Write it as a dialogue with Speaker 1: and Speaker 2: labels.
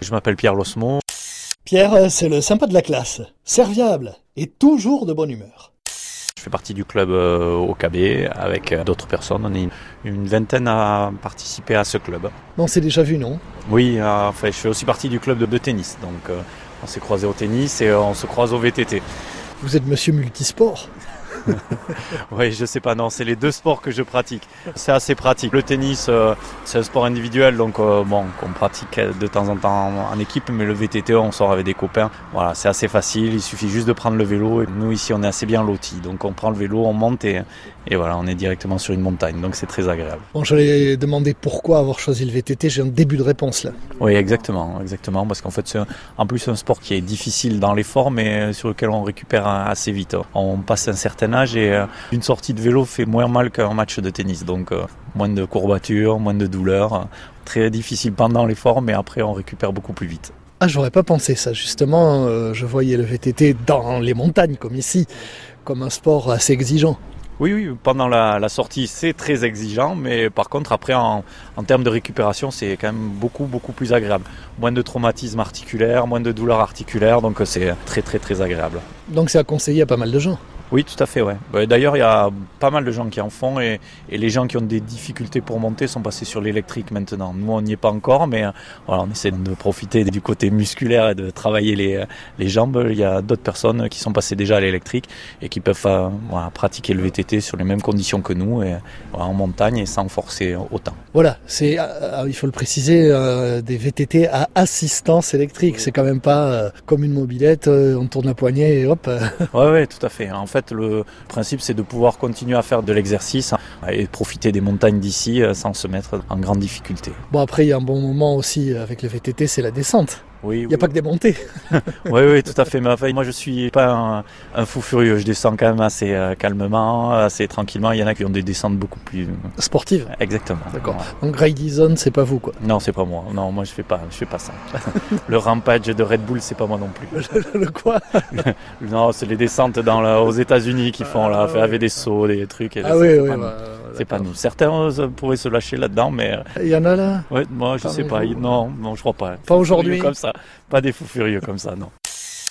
Speaker 1: Je m'appelle Pierre Losmont.
Speaker 2: Pierre, euh, c'est le sympa de la classe, serviable et toujours de bonne humeur.
Speaker 1: Je fais partie du club euh, OKB avec euh, d'autres personnes. On est une, une vingtaine à participer à ce club.
Speaker 2: On s'est déjà vu, non
Speaker 1: Oui, euh, enfin, je fais aussi partie du club de, de tennis. Donc, euh, on s'est croisés au tennis et euh, on se croise au VTT.
Speaker 2: Vous êtes monsieur multisport.
Speaker 1: Oui, je sais pas, non, c'est les deux sports que je pratique. C'est assez pratique. Le tennis, euh, c'est un sport individuel, donc euh, bon, qu'on pratique de temps en temps en équipe, mais le VTT, on sort avec des copains. Voilà, c'est assez facile. Il suffit juste de prendre le vélo. Et nous ici, on est assez bien lotis, donc on prend le vélo, on monte et, et voilà, on est directement sur une montagne, donc c'est très agréable.
Speaker 2: Bon, j'allais demander pourquoi avoir choisi le VTT, j'ai un début de réponse là.
Speaker 1: Oui, exactement, exactement, parce qu'en fait, c'est un- en plus un sport qui est difficile dans l'effort, mais sur lequel on récupère euh, assez vite. On passe un certain âge et euh, une sortie de vélo fait moins mal qu'un match de tennis, donc euh, moins de courbatures, moins de douleurs. euh, Très difficile pendant l'effort, mais après, on récupère beaucoup plus vite.
Speaker 2: Ah, j'aurais pas pensé ça, justement, euh, je voyais le VTT dans les montagnes, comme ici, comme un sport assez exigeant.
Speaker 1: Oui, oui, pendant la, la sortie, c'est très exigeant, mais par contre, après, en, en termes de récupération, c'est quand même beaucoup, beaucoup plus agréable. Moins de traumatismes articulaires, moins de douleurs articulaires, donc euh, c'est très, très, très agréable.
Speaker 2: Donc c'est à conseiller à pas mal de gens.
Speaker 1: Oui, tout à fait, ouais. Ouais, D'ailleurs, il y a pas mal de gens qui en font et, et les gens qui ont des difficultés pour monter sont passés sur l'électrique maintenant. Nous, on n'y est pas encore, mais euh, voilà, on essaie de profiter du côté musculaire et de travailler les, euh, les jambes. Il y a d'autres personnes qui sont passées déjà à l'électrique et qui peuvent euh, voilà, pratiquer le VTT sur les mêmes conditions que nous, et, voilà, en montagne et sans forcer autant.
Speaker 2: Voilà, c'est, euh, euh, il faut le préciser, euh, des VTT à assistance électrique. C'est quand même pas euh, comme une mobilette, euh, on tourne la poignée et hop. euh.
Speaker 1: Ouais, ouais, tout à fait. En fait, le principe, c'est de pouvoir continuer à faire de l'exercice et profiter des montagnes d'ici euh, sans se mettre en grande difficulté.
Speaker 2: Bon, après, il y a un bon moment aussi euh, avec le VTT, c'est la descente.
Speaker 1: Oui,
Speaker 2: Il n'y a pas que des montées.
Speaker 1: Oui, oui, tout à fait. Mais enfin, moi, je suis pas un, un fou furieux. Je descends quand même assez euh, calmement, assez tranquillement. Il y en a qui ont des descentes beaucoup plus.
Speaker 2: Sportives.
Speaker 1: Exactement.
Speaker 2: D'accord. Donc, Grady Zone, c'est pas vous, quoi.
Speaker 1: Non, c'est pas moi. Non, moi, je fais pas, je fais pas ça. Le rampage de Red Bull, c'est pas moi non plus.
Speaker 2: Le quoi
Speaker 1: Non, c'est les descentes dans la- aux États-Unis qui font là,
Speaker 2: Ah,
Speaker 1: fait avec des sauts, des trucs. et
Speaker 2: Ah
Speaker 1: c'est-
Speaker 2: oui,
Speaker 1: c'est
Speaker 2: oui.
Speaker 1: pas nous.
Speaker 2: bah,
Speaker 1: C'est pas
Speaker 2: d'accord.
Speaker 1: nous. Certains euh, pourraient se lâcher là-dedans, mais euh,
Speaker 2: Il y en a là
Speaker 1: ouais, moi, je
Speaker 2: Parmi
Speaker 1: sais pas.
Speaker 2: vous.
Speaker 1: Non, non, je crois pas.
Speaker 2: Pas aujourd'hui.
Speaker 1: Comme ça, pas des fous furieux comme ça, non.